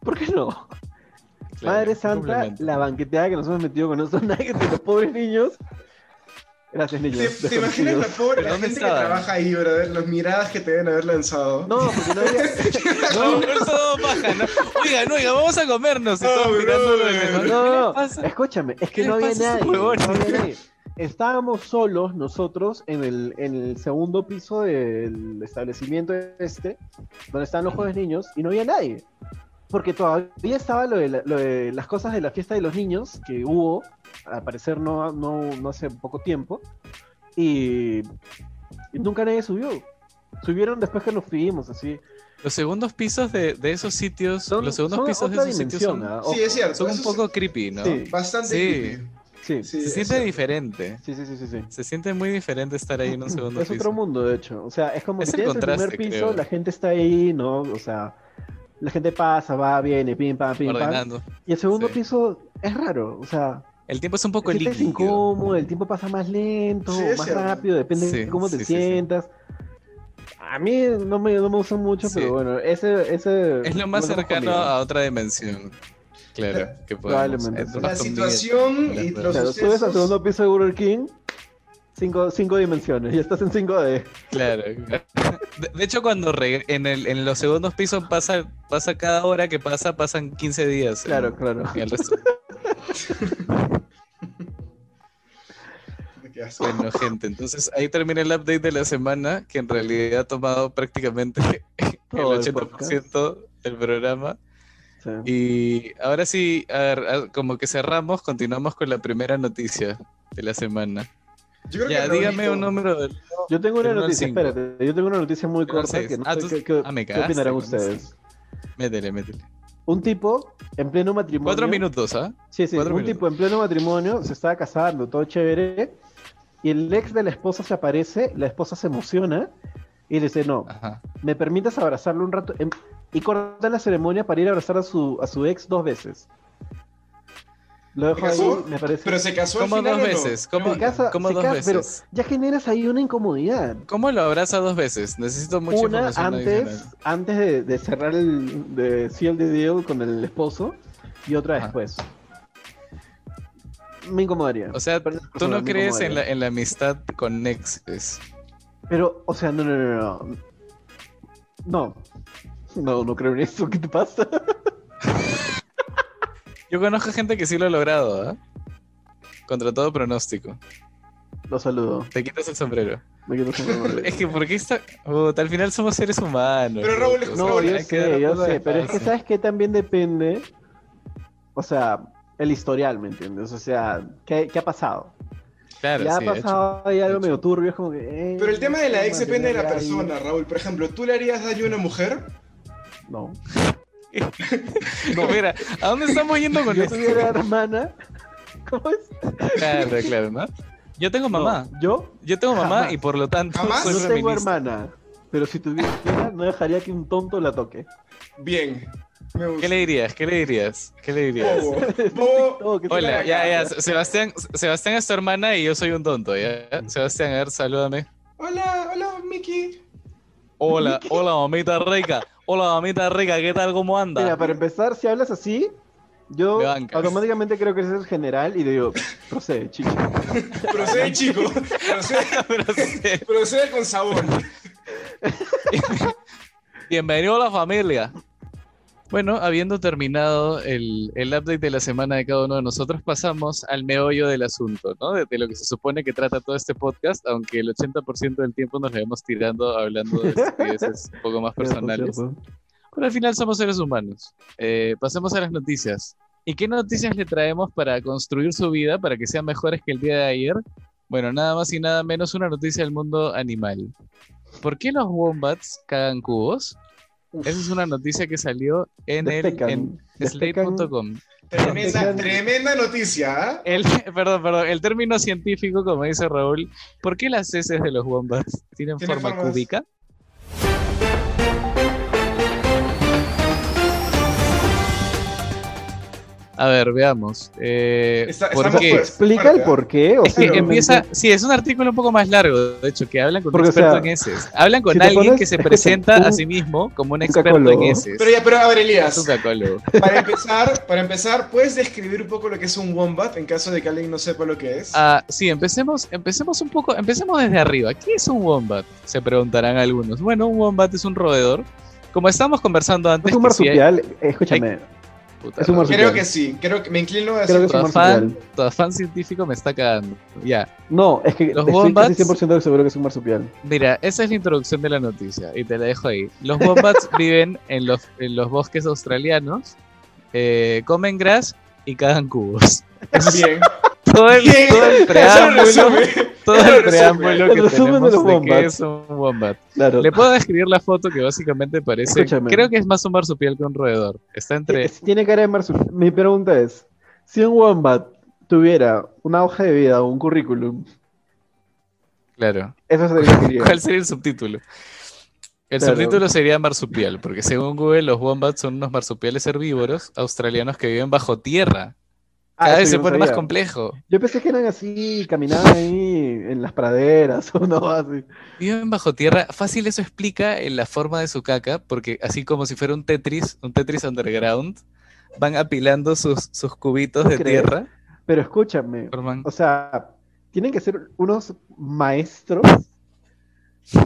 C: ¿por qué no?
A: Claro,
C: Madre
A: un
C: Santa,
A: complemento.
C: la banqueteada que nos hemos metido con esos nuggets de los pobres niños. Gracias, niños.
B: ¿Te, te
C: Gracias,
B: imaginas
C: niños.
B: la pobre
A: ¿Pero
B: la
A: dónde
B: gente que
A: estaba?
B: trabaja ahí, brother? Las miradas que te deben haber lanzado.
C: No, porque no había.
A: No, por eso todo paja, ¿no? Oigan, oigan, vamos a comernos. Y
B: No,
A: todos
B: bro,
A: mirándolo
B: bro.
A: en el mejor. ¿Qué
C: No,
A: les pasa?
C: no, escúchame, es
A: ¿Qué
C: que
A: les
C: no había
A: pasa a esos
C: nadie. no
A: huevones?
C: había nadie. Estábamos solos nosotros en el, en el segundo piso del establecimiento este, donde están los jóvenes niños, y no había nadie. Porque todavía estaba lo de, la- lo de las cosas de la fiesta de los niños que hubo, al parecer no, no, no hace poco tiempo, y, y nunca nadie subió. Subieron después que nos fuimos, así.
A: Los segundos pisos de, de esos sitios,
C: Son,
A: los segundos
C: son
A: pisos de
C: otra
A: esos sitios
C: dimensión,
A: son,
C: ¿ah?
B: Sí, es cierto.
A: son un
B: eso es
A: poco creepy, ¿no?
C: Sí.
B: Bastante
A: Sí.
B: creepy. Sí,
C: Sí, sí,
A: Se
B: es
A: siente
B: cierto.
A: diferente.
C: sí, sí, sí, sí.
A: Se siente muy diferente estar ahí en un segundo
C: es
A: piso.
C: otro mundo, de hecho. O sea, es como
A: Es
C: que
A: el
C: tienes el primer
A: contraste,
C: piso,
A: creo.
C: la gente está ahí, ¿no? O sea, la gente pasa, va, viene, pim, pam, pim, pam.
A: ordenando.
C: Y el segundo
A: Sí.
C: piso es raro, o sea,
A: El tiempo es un poco
C: te sientes
A: líquido.
C: incómodo, el tiempo pasa más lento,
B: Sí, es
C: más
B: cierto.
C: rápido, depende
A: Sí,
C: de cómo
A: sí, sí,
C: te
A: sí.
C: sientas. A mí no me, no me gustan mucho,
A: Sí.
C: pero bueno, ese, ese...
A: Es lo más
C: lo hemos
A: cercano
C: combinado.
A: a otra dimensión. Claro, que podemos.
C: Probablemente.
A: Es más
B: La
A: conveniente.
B: situación y
A: Claro.
B: los
C: Claro, subes al
B: sucesos.
C: segundo piso de Burger King, cinco, cinco dimensiones, y estás en 5D.
A: Claro. De, de hecho, cuando reg- en, el, en los segundos pisos pasa, pasa cada hora que pasa, pasan 15 días. en-
C: Claro, claro.
A: en el resto.
B: Qué asco.
A: Bueno, gente, entonces ahí termina el update de la semana, que en realidad ha tomado prácticamente el
C: Todo el
A: 80% del programa.
C: Sí.
A: Y ahora sí, a ver, a- como que cerramos, continuamos con la primera noticia de la semana.
B: Yo creo
A: Ya,
B: que
A: dígame
B: Raulito-
A: un número del
C: Yo tengo
A: Del uno
C: una
A: al
C: noticia,
A: cinco.
C: espérate. Yo tengo una noticia muy
A: Del uno al
C: corta
A: seis.
C: que no
A: Ah,
C: sé
A: tú-
C: qué, qué-
A: ah, me
C: qué
A: cagaste
C: opinarán
A: con esa.
C: ustedes.
A: Métele, métele.
C: Un tipo en pleno matrimonio.
A: Cuatro minutos, ¿ah?
C: Sí, sí,
A: cuatro
C: un
A: minutos.
C: tipo en pleno matrimonio se estaba casando, todo chévere. Y el ex de la esposa se aparece, la esposa se emociona y le dice: No,
A: Ajá.
C: ¿me permites abrazarlo un rato? Em- Y corta la ceremonia para ir a abrazar a su, a su ex dos veces. Lo dejo
B: casó?
C: ahí, me parece.
B: Pero se casó al
A: ¿Cómo
B: final
A: dos
B: o no?
A: veces? ¿Cómo,
C: Se casa-
A: cómo
C: se
A: dos
C: casa, pero-
A: veces?
C: Ya generas ahí una incomodidad.
A: ¿Cómo lo abraza dos veces? Necesito mucha
C: una
A: información
C: antes,
A: adicional.
C: antes de, de cerrar el de seal the deal con el esposo y otra
A: Ajá.
C: después. Me incomodaría.
A: O sea,
C: Parece
A: tú
C: personal,
A: no
C: me
A: crees en la,
C: incomodaría.
A: en la amistad con exes.
C: Pero, o sea, no, no, no, no. No. No, no creo en eso. ¿Qué te pasa?
A: Yo conozco gente que sí lo ha logrado, ¿ah? Contra todo pronóstico.
C: Lo saludo.
A: Te quitas el sombrero.
C: Me quedo sin nombre.
A: Es que, ¿por qué está.? Puta, al final somos seres humanos.
B: Pero, Raúl,
A: puto.
C: No, yo
A: Hay que dar
C: sé,
A: un
C: yo
A: poco de
C: sé. Pero es que,
A: espacio.
C: ¿sabes qué? También depende. O sea, el historial, ¿me entiendes? O sea, ¿qué, qué ha pasado?
A: Claro, sí,
C: ya ha
A: de hecho.
C: pasado ahí algo
A: hecho.
C: medio turbio. Es como que. eh,
B: Pero el tema de la ex depende de la
C: ahí.
B: persona, Raúl. Por ejemplo, ¿tú le harías daño a una mujer?
C: No.
A: Mira, ¿a dónde estamos yendo con
C: yo
A: esto?
C: tuviera hermana, ¿cómo es?
A: Claro, claro, ¿no? Yo tengo mamá.
C: No, yo
A: Yo tengo mamá
C: Jamás.
A: y por lo tanto
B: Jamás.
A: soy
C: no tengo
A: feminista.
C: hermana, pero si tuviera, no dejaría que un tonto la toque.
B: Bien. Me gusta.
A: ¿Qué le dirías? ¿Qué le dirías? ¿Qué le dirías?
B: Bobo. Bobo.
C: No, que tenga
A: Hola,
C: la
A: ya, ya,
C: cara.
A: Se- Sebastián, Sebastián es tu hermana y yo soy un tonto, ¿ya? Sebastián, a ver, salúdame.
B: Hola, hola, Miki.
A: Hola, hola, mamita rica. Hola, mamita rica, ¿qué tal? ¿Cómo anda?
C: Mira, para empezar, si hablas así, yo
A: Me bancas.
C: automáticamente creo que eres el general y digo, procede, chico.
B: Procede, chico. Procede,
A: Pero sí.
B: procede con sabor.
A: Bienvenido a la familia. Bueno, habiendo terminado el, el update de la semana de cada uno de nosotros, pasamos al meollo del asunto, ¿no? De, de lo que se supone que trata todo este podcast, aunque el 80% del tiempo nos lo vemos tirando hablando de estupideces un poco más personales. Pero al final somos seres humanos. Eh, pasemos a las noticias. ¿Y qué noticias le traemos para construir su vida para que sean mejores que el día de ayer? Bueno, nada más y nada menos una noticia del mundo animal. ¿Por qué los wombats cagan cubos? Esa es una noticia que salió en el
C: Destecan,
A: en
C: destecan.
A: slate.com.
B: Tremenda,
C: Dejan-
B: tremenda noticia, ¿ah?
A: El, perdón, perdón, el término científico, como dice Raúl, ¿por qué las heces de los wombats tienen
B: Tienen
A: forma
B: formas.
A: cúbica? A ver, veamos. Eh,
B: Está-
A: ¿Por
B: estamos
A: qué?
B: fuertes.
C: Explica el por qué, o
A: Es que
C: sea,
A: empieza, sí, es un artículo un poco más largo, de hecho, que hablan con
C: Porque, o
A: un experto
C: sea,
A: en heces. Hablan con
C: si te
A: alguien
C: pones-
A: que se
C: escucha,
A: presenta a
C: un-
A: sí mismo como un
C: un
A: experto en
C: cacólogo.
A: heces.
B: Pero ya, pero a ver,
A: Es un
B: Elías,
A: cacólogo.
B: para empezar, para empezar, ¿puedes describir un poco lo que es un wombat en caso de que alguien no sepa lo que es?
A: Ah, sí, empecemos, empecemos un poco, empecemos desde arriba. ¿Qué es un wombat? Se preguntarán algunos. Bueno, un wombat es un roedor. Como estábamos conversando antes,
C: Es un
A: que sí este, hay-
C: marsupial, escúchame,
A: Puta,
C: es un
A: no,
C: marsupial.
B: Creo que sí, creo que me inclino a
C: creo que
B: decir
C: es un
A: Afán.
C: marsupial.
A: tu afán científico me está cagando. Ya,
C: No, es que
A: Los
C: estoy
A: wombats-
C: casi 100% seguro que es un marsupial.
A: mira, esa es la introducción de la noticia y te la dejo ahí. Los wombats viven en los, en los bosques australianos, eh, comen gras y cagan cubos.
B: bien.
A: Todo el,
B: ¿Qué?
A: todo el preámbulo,
B: Eso lo resume.
A: todo
B: Eso lo
A: el
B: resume.
A: preámbulo que
C: El resumen de
A: tenemos
C: los
A: de que
C: wombats.
A: es un wombat.
C: Claro. Eh,
A: Le puedo describir la foto que básicamente parece.
C: Escúchame.
A: Creo que es más un marsupial que un roedor. Está entre.
C: Sí, eh, Tiene cara de marsupial. Mi pregunta es, si un wombat tuviera una hoja de vida o un currículum,
A: Claro.
C: eso sería lo que quería.
A: ¿Cuál sería el subtítulo? El
C: Claro.
A: subtítulo sería marsupial, porque según Google, los wombats son unos marsupiales herbívoros australianos que viven bajo tierra.
C: Ah,
A: Cada
C: eso
A: vez
C: yo
A: se
C: no
A: pone más
C: sabía.
A: complejo.
C: Yo pensé que eran así, caminaban ahí en las praderas o no, así.
A: Viven bajo tierra. Fácil, eso explica eh, la forma de su caca, porque así como si fuera un Tetris, un Tetris underground, van apilando sus, sus cubitos
C: ¿Tú
A: de
C: crees?
A: tierra.
C: Pero escúchame,
A: Forman-
C: o sea, tienen que ser unos maestros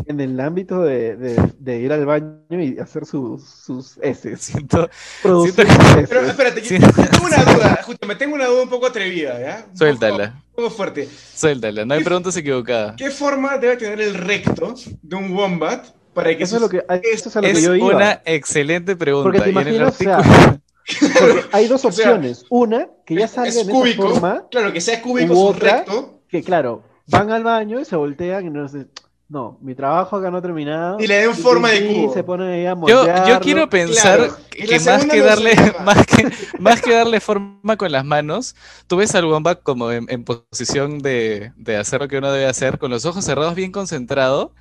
C: en el ámbito de, de- de ir al baño y hacer sus, sus heces.
A: Siento,
C: Producir
A: Siento
C: sus heces.
B: Pero espérate,
A: Sí.
B: yo, yo tengo una duda, justo me tengo una duda un poco atrevida, ¿ya? Un poco-
A: suéltala,
B: Un poco fuerte.
A: suéltala. No hay preguntas equivocadas.
B: ¿Qué forma debe tener el recto de un wombat para que
C: Eso es lo
B: sus-
C: que, eso es a lo que
A: Es
C: yo iba.
A: una excelente pregunta.
C: Porque te
A: y en el
C: imaginas, o sea,
A: artículo-
C: Porque hay dos
B: O sea,
C: opciones. Una, que ya salga
B: es
C: en esa
B: cúbico?
C: forma,
B: Claro, que sea cúbico
C: ¿U
B: su
C: otra?
B: recto
C: que claro, van al baño y se voltean y no dicen, no, mi trabajo acá no ha terminado.
B: y le den forma de
C: y
B: cubo.
C: se ponen ahí a
A: Yo,
C: moldearlo.
A: yo quiero pensar
B: Claro,
A: que
B: y la
A: que más
B: segunda
A: que,
B: no
A: darle,
B: se llama.
A: más, que, más que darle forma con las manos, tú ves al wombat como en, en posición de, de hacer lo que uno debe hacer, con los ojos cerrados, bien concentrado,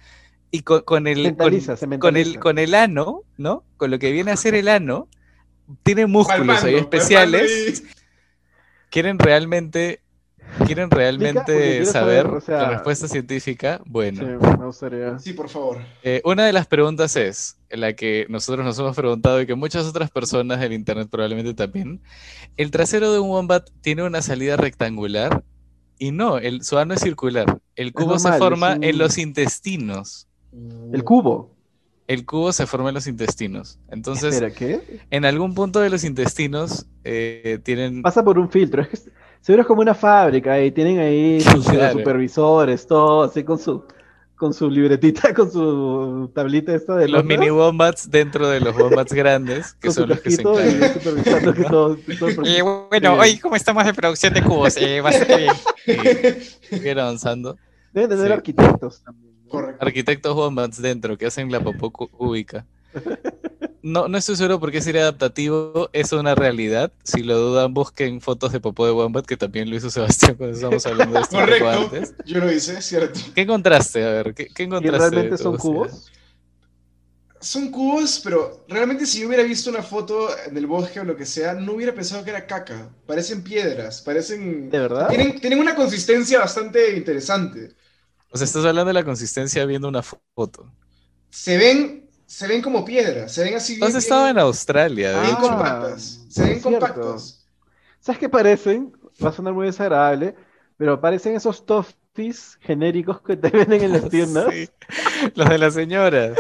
A: y con, con
C: Se
A: el, con,
C: mentaliza, se
A: con
C: mentaliza.
A: el, con el ano, ¿no? Con lo que viene a ser el ano, tiene músculos ahí
B: palpando,
A: especiales.
B: palpando
A: ¿Quieren realmente, quieren
C: Porque
A: realmente
C: quiero
A: saber,
C: saber, o sea-
A: la respuesta científica? Bueno.
C: Sí, me gustaría.
B: y- Sí, por favor.
A: Eh, una de las preguntas es, la que nosotros nos hemos preguntado y que muchas otras personas del internet probablemente también, ¿el trasero de un wombat tiene una salida rectangular? Y no, el, su ano es circular. El cubo se
C: normal, es
A: forma
C: un-
A: en los intestinos.
B: Uh,
C: El cubo.
A: El cubo se forma en los intestinos. Entonces,
C: Espera, ¿qué?
A: en algún punto de los intestinos eh, tienen...
C: Pasa por un filtro. Es que es- seguro es como una fábrica y tienen ahí sus
A: Claro.
C: supervisores, todo así con su con su libretita, con su tablita esta de
A: Los
C: notas,
A: mini wombats dentro de los wombats grandes, que
C: con su
A: son los que se
C: casquito y
A: encargan.
C: supervisando que todo, todo-
D: Y Eh, bueno,
C: Bien.
D: hoy como estamos de producción de cubos, eh, bastante bien.
A: Y ir avanzando.
C: Deben tener
A: Sí.
C: arquitectos también. ¿no?
B: Correcto.
A: arquitectos wombats dentro que hacen la popó cu- cúbica. No, no estoy seguro por qué sería adaptativo, es una realidad. Si lo dudan, busquen fotos de popó de wombat, que también lo hizo Sebastián cuando estábamos hablando de esto un poco
B: Correcto.
A: antes.
B: Yo lo hice, cierto.
A: ¿Qué encontraste? A ver, ¿qué, qué
C: ¿Y
A: encontraste?
C: realmente
A: tú,
C: son
A: Lucía?
C: cubos?
B: Son cubos, pero realmente si yo hubiera visto una foto en el bosque o lo que sea, no hubiera pensado que era caca. Parecen piedras, parecen...
C: ¿De verdad?
B: Tienen, tienen una consistencia bastante interesante.
A: O sea, estás hablando de la consistencia viendo una fo- foto.
B: Se ven, se ven como piedras, se ven así
A: Tú
B: bien,
A: has estado en Australia, ¿eh? de
B: bien
A: hecho.
B: compactas. Se ven
C: es Ah, cierto.
B: compactos.
C: ¿Sabes qué parecen? Va a sonar muy desagradable, pero parecen esos toffees genéricos que te venden en las tiendas.
A: Sí. Los de las señoras,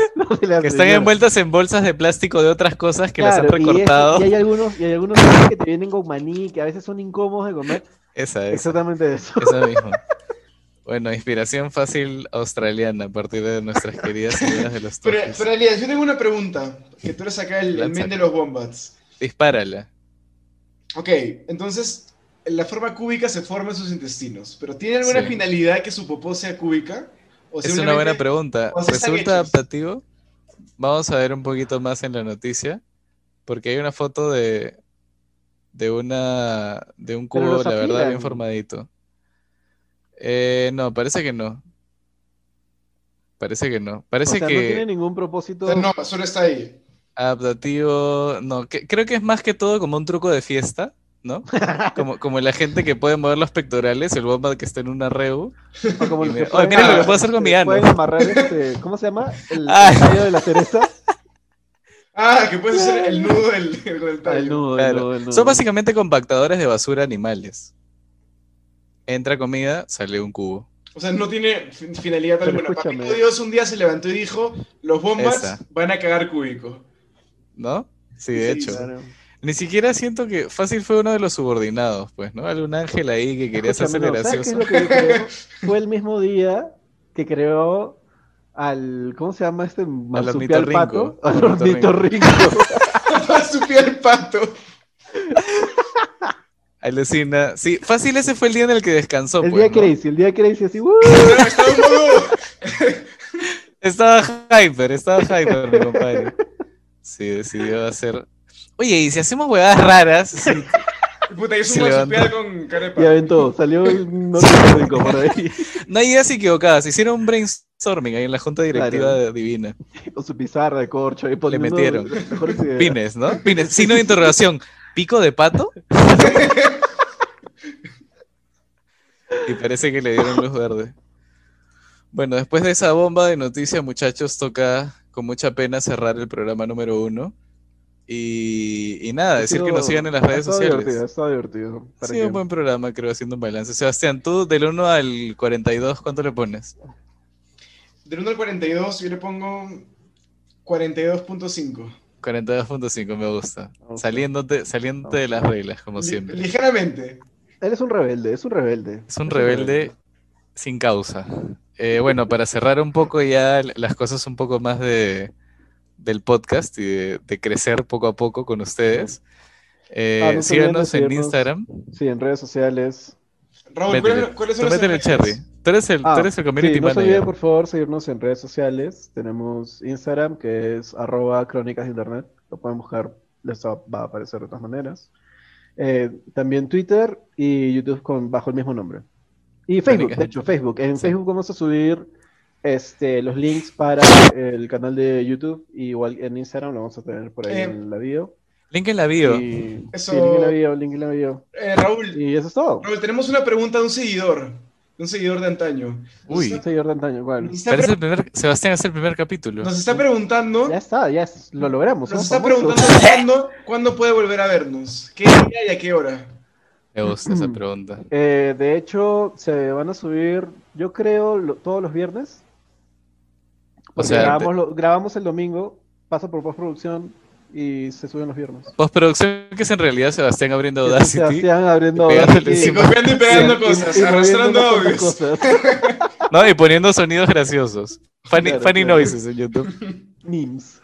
C: de las
A: que están
C: señoras.
A: envueltas en bolsas de plástico de otras cosas que las
C: Claro,
A: han
C: y eso-
A: recortado.
C: Y, hay algunos, y hay algunos que te vienen con maní, que a veces son incómodos de comer.
A: Esa es.
C: Exactamente eso.
A: Eso mismo. Bueno, inspiración fácil australiana a partir de nuestras queridas señoras de los
B: Pero,
A: toques.
B: pero Elías, yo tengo una pregunta, que tú eres acá el, el
A: Lánzala.
B: men de los wombats.
A: Dispárala.
B: Ok, entonces la forma cúbica se forma en sus intestinos, pero ¿tiene alguna
A: Sí.
B: finalidad que su popó sea cúbica? O
A: Es una buena
B: simplemente-
A: pregunta.
B: o sea, están
A: ¿Resulta
B: hechos.
A: adaptativo? Vamos a ver un poquito más en la noticia, porque hay una foto de, de una de un
C: Pero
A: cubo,
C: los
A: la verdad, bien
C: afilan.
A: formadito. Eh, no, parece que no. Parece que no.
C: O
A: Parece
C: sea, no
A: que
C: tiene ningún propósito.
B: O sea, no, solo está ahí.
A: adaptativo, no, que- creo que es más que todo como un truco de fiesta, ¿no? Como, como la gente que puede mover los pectorales, el bomba que está en una reu.
C: O como los
A: Y
C: que
A: me- Oye, mira lo que
C: pueden-
A: puedo hacer con mi
C: que
A: ano.
C: Pueden amarrar este, ¿cómo se llama? El, el
A: Ah.
C: tallo de la cereza.
B: Ah, que puedes hacer el nudo del, del, del tallo.
C: El nudo, el
A: Claro.
C: nudo, el nudo.
A: Son básicamente compactadores de basura animales. Entra comida, sale un cubo.
B: O sea, no tiene fin- finalidad
C: Pero
B: alguna.
C: escúchame.
B: Papito Dios un día se levantó y dijo, los bombas
A: Esa.
B: van a cagar cúbico.
A: ¿No? Sí, de
B: Sí,
A: hecho.
C: Claro.
A: Ni siquiera siento que Fácil fue uno de los subordinados, pues, ¿no? Algún ángel ahí que quería hacerse
C: Escúchame, no, ¿sabes qué
A: gracioso.
C: es lo que yo creo? Fue el mismo día que creó al. ¿Cómo se llama este marsupial
A: ornitorrinco.
C: pato? Al ornitorrinco.
B: Va a su piel pato.
A: Alucina. Sí, fácil ese fue el día en el que descansó.
C: El
A: pues,
C: día
A: ¿no?
C: crazy, el día crazy así, ¡uh!
B: Estaba en modo-
A: Estaba hyper, estaba hyper, mi compadre. Sí, decidió hacer. Oye, y si hacemos huevadas raras, sí,
B: Puta, yo
A: Se
B: soy un
A: levantó.
B: pedo con carepa.
C: Ya ven todo, salió un nórdico por ahí,
A: no hay ideas equivocadas. Hicieron un brainstorming ahí en la junta directiva
C: Claro.
A: de divina.
C: con su pizarra de corcho, ahí poniendo
A: metieron.
C: las mejores ideas.
A: Pines, ¿no? Pines, signo de interrogación. ¿Pico de pato? y parece que le dieron luz verde. Bueno, después de esa bomba de noticias, muchachos, toca con mucha pena cerrar el programa número uno. Y, y nada,
C: Ha
A: decir que
C: sido-
A: nos sigan en las redes
C: ha estado Divertido, ha
A: sociales.
C: estado divertido.
A: Ha
C: ¿Para
A: sido
C: qué?
A: un buen programa, creo, haciendo un balance. Sebastián, tú del 1 al 42, ¿cuánto le pones?
B: Del 1 al 42, yo le pongo 42.5.
A: 42.5, me gusta.
C: Ok.
A: Saliéndote, saliéndote de las reglas, como siempre.
B: Li- Ligeramente.
C: Él es un rebelde, es un rebelde.
A: Es un rebelde sin causa. Eh, bueno, para cerrar un poco ya l- las cosas un poco más de, del podcast y de, de crecer poco a poco con ustedes. Eh,
C: Ah, no se olviden de
A: síganos en
C: seguirnos.
A: Instagram.
C: Sí, en redes sociales.
B: Raúl, ¿cuáles
A: Métele,
B: cuáles
A: tú
B: son las
A: métele, Cherry.
B: redes?
A: Tú eres el,
C: Ah,
A: tú eres el community
C: sí, no se olviden,
A: manager.
C: por favor, seguirnos en redes sociales. Tenemos Instagram, que es arroba crónicas de internet. Lo pueden buscar, les va va a aparecer de todas maneras. Eh, también Twitter y YouTube con, bajo el mismo nombre. Y Facebook,
A: Crónicas
C: de
A: de
C: hecho, Facebook. En
A: Sí.
C: Facebook vamos a subir este, los links para el canal de YouTube. y igual en Instagram lo vamos a tener por ahí
B: Eh,
C: en la bio.
A: Link en la bio.
C: Y,
B: Eso-
C: sí, link en la bio, link en la bio.
B: Eh, Raúl,
C: Y eso es todo.
B: Raúl, tenemos una pregunta de un seguidor. De un seguidor de antaño.
A: Uy,
C: Un seguidor de antaño, bueno.
B: Nos está,
A: parece
B: pre-
A: el primer, Sebastián es el primer capítulo.
B: nos está preguntando.
C: Ya está, ya es- lo logramos.
B: Nos
C: somos
B: está
C: famosos.
B: preguntando cuándo, cuándo puede volver a vernos. ¿Qué día y a qué hora?
A: Me gusta
C: Mm.
A: esa pregunta.
C: Eh, de hecho, se van a subir, yo creo, lo- todos los viernes.
A: O
C: Porque
A: sea,
C: grabamos, lo- grabamos el domingo, pasa por postproducción y se suben los viernes.
A: postproducción que es en realidad Sebastián abriendo Audacity.
C: Sebastián abriendo
A: Pegando el
C: Audacity,
A: Sí.
B: Sí, copiando y pegando cosas,
C: y- y
B: arrastrando
C: moviendo unas
B: audios.
C: cuantas cosas.
A: No, y poniendo sonidos graciosos. Funny,
C: Claro,
A: funny
C: claro.
A: noises en YouTube.
C: Memes.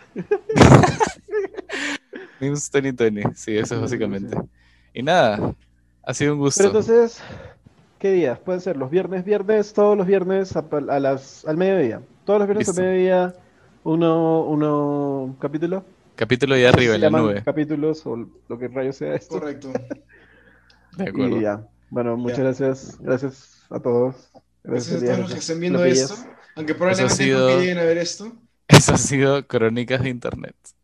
A: Memes Tony Tony, sí, eso es
C: Sí,
A: básicamente.
C: sí.
A: Y nada, ha sido un gusto.
C: Pero entonces, ¿qué días? Pueden ser los viernes, viernes, todos los viernes a, pa- a las, al mediodía. Todos los viernes
A: Listo.
C: al mediodía, uno, uno capítulo.
A: Capítulo de arriba
C: Se
A: en la
C: llaman
A: nube.
C: Capítulos o lo que rayo sea esto.
B: Correcto.
A: De acuerdo.
C: Y ya. Bueno, muchas
B: Ya.
C: gracias. Gracias a todos.
B: Gracias a
C: Elías,
B: todos los que estén
C: Los
B: viendo
C: pillas.
B: esto. Aunque probablemente
A: sido-
B: no lleguen a ver esto.
A: Eso ha sido Crónicas de Internet.